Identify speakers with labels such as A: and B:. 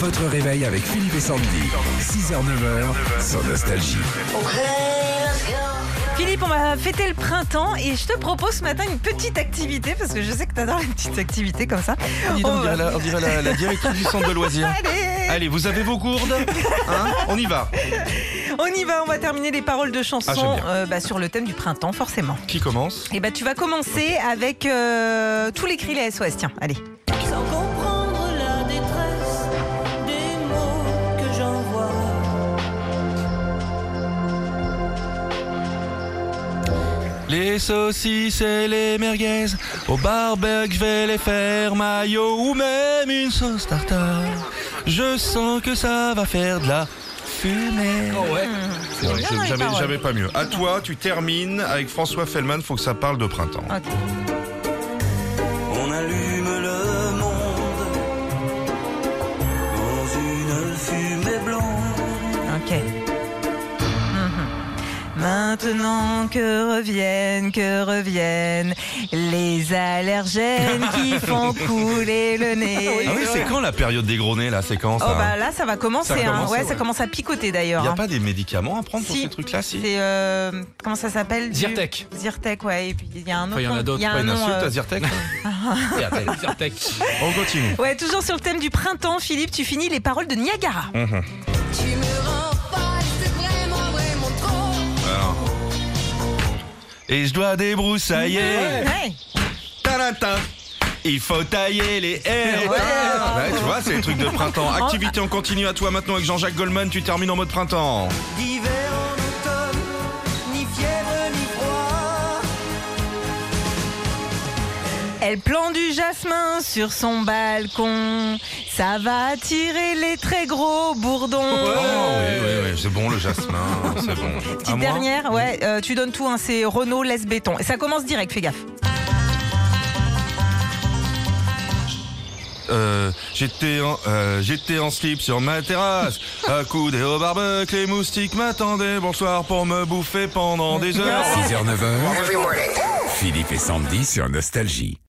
A: Votre réveil avec Philippe et Sandy. 6h, 9h, sans nostalgie.
B: Philippe, on va fêter le printemps et je te propose ce matin une petite activité parce que je sais que t'adores les petites activités comme ça.
C: Dis donc,
B: On
C: on dirait,
B: va-
C: la, on dirait la- la directrice du centre de loisirs.
B: Allez,
C: Allez, vous avez vos gourdes hein On y va.
B: on y va, on va terminer les paroles de
C: Ah, j'aime
B: chansons
C: bien.
B: euh, bah, sur le thème du printemps, forcément.
C: Qui commence
B: Et bah tu vas commencer avec euh, tous les cris les SOS, tiens, allez.
D: Sans comprendre la détresse des mots que j'envoie.
C: Les saucisses et les merguez. Au barbecue, je vais les faire maillot ou même une sauce tartare. Je sens que ça va faire de la fumée.
A: ouais.
C: Oh, C'est vrai,
B: Hmm. Bien dans les
C: j'avais-
B: paroles.
C: j'avais pas mieux. À toi, tu termines avec François Fellman. Faut que ça parle de printemps.
B: Ok.
E: On allume le monde dans une fumée blonde.
B: Ok. Mhm. Maintenant que reviennent, que reviennent les allergènes qui font couler le nez.
C: Ah oui, c'est quand la période des gros nez, là C'est quand
B: Oh
C: ça
B: bah là ça va commencer,
C: Ça va
B: hein.
C: commencer,
B: ouais, ça
C: ouais.
B: commence à picoter d'ailleurs.
C: Y a
B: hein.
C: pas des médicaments à prendre pour
B: Si.
C: ces trucs-là, si
B: C'est euh, comment ça s'appelle du-
F: Zyrtec.
B: Zyrtec, ouais. Et puis il y a un autre.
F: Enfin, il y en a
B: nom-
F: d'autres,
B: il
C: Pas
B: un
C: une
B: nom,
C: insulte
B: euh,
C: à Zyrtec
F: Zyrtec.
C: On continue.
B: Ouais, toujours sur le thème du printemps, Philippe, tu finis les paroles de Niagara.
G: Tu
C: Mm.
G: me rends folle, c'est vraiment, vraiment trop.
C: Et je dois débroussailler.
B: Ouais.
C: Tarantin. Il faut tailler les haies. Ouais, tu vois, c'est les trucs de printemps. Activité, on continue à toi maintenant avec Jean-Jacques Goldman. Tu termines en mode printemps.
E: D'hiver en automne, ni fièvre ni froid.
B: Elle plante du jasmin sur son balcon. Ça va attirer les très gros bourdons.
C: Oh, oui, oui, oui, c'est bon le jasmin, c'est bon. À
B: Petite
C: moi Mm.
B: dernière, ouais, euh, tu donnes tout, hein, c'est Renault laisse béton. Et ça commence direct, fais gaffe.
C: Euh, j'étais en, euh, j'étais en slip sur ma terrasse, accoudé au barbecue, les moustiques m'attendaient. Bonsoir pour me bouffer pendant des heures.
A: 6h, 9h, Philippe et Sandy sur Nostalgie.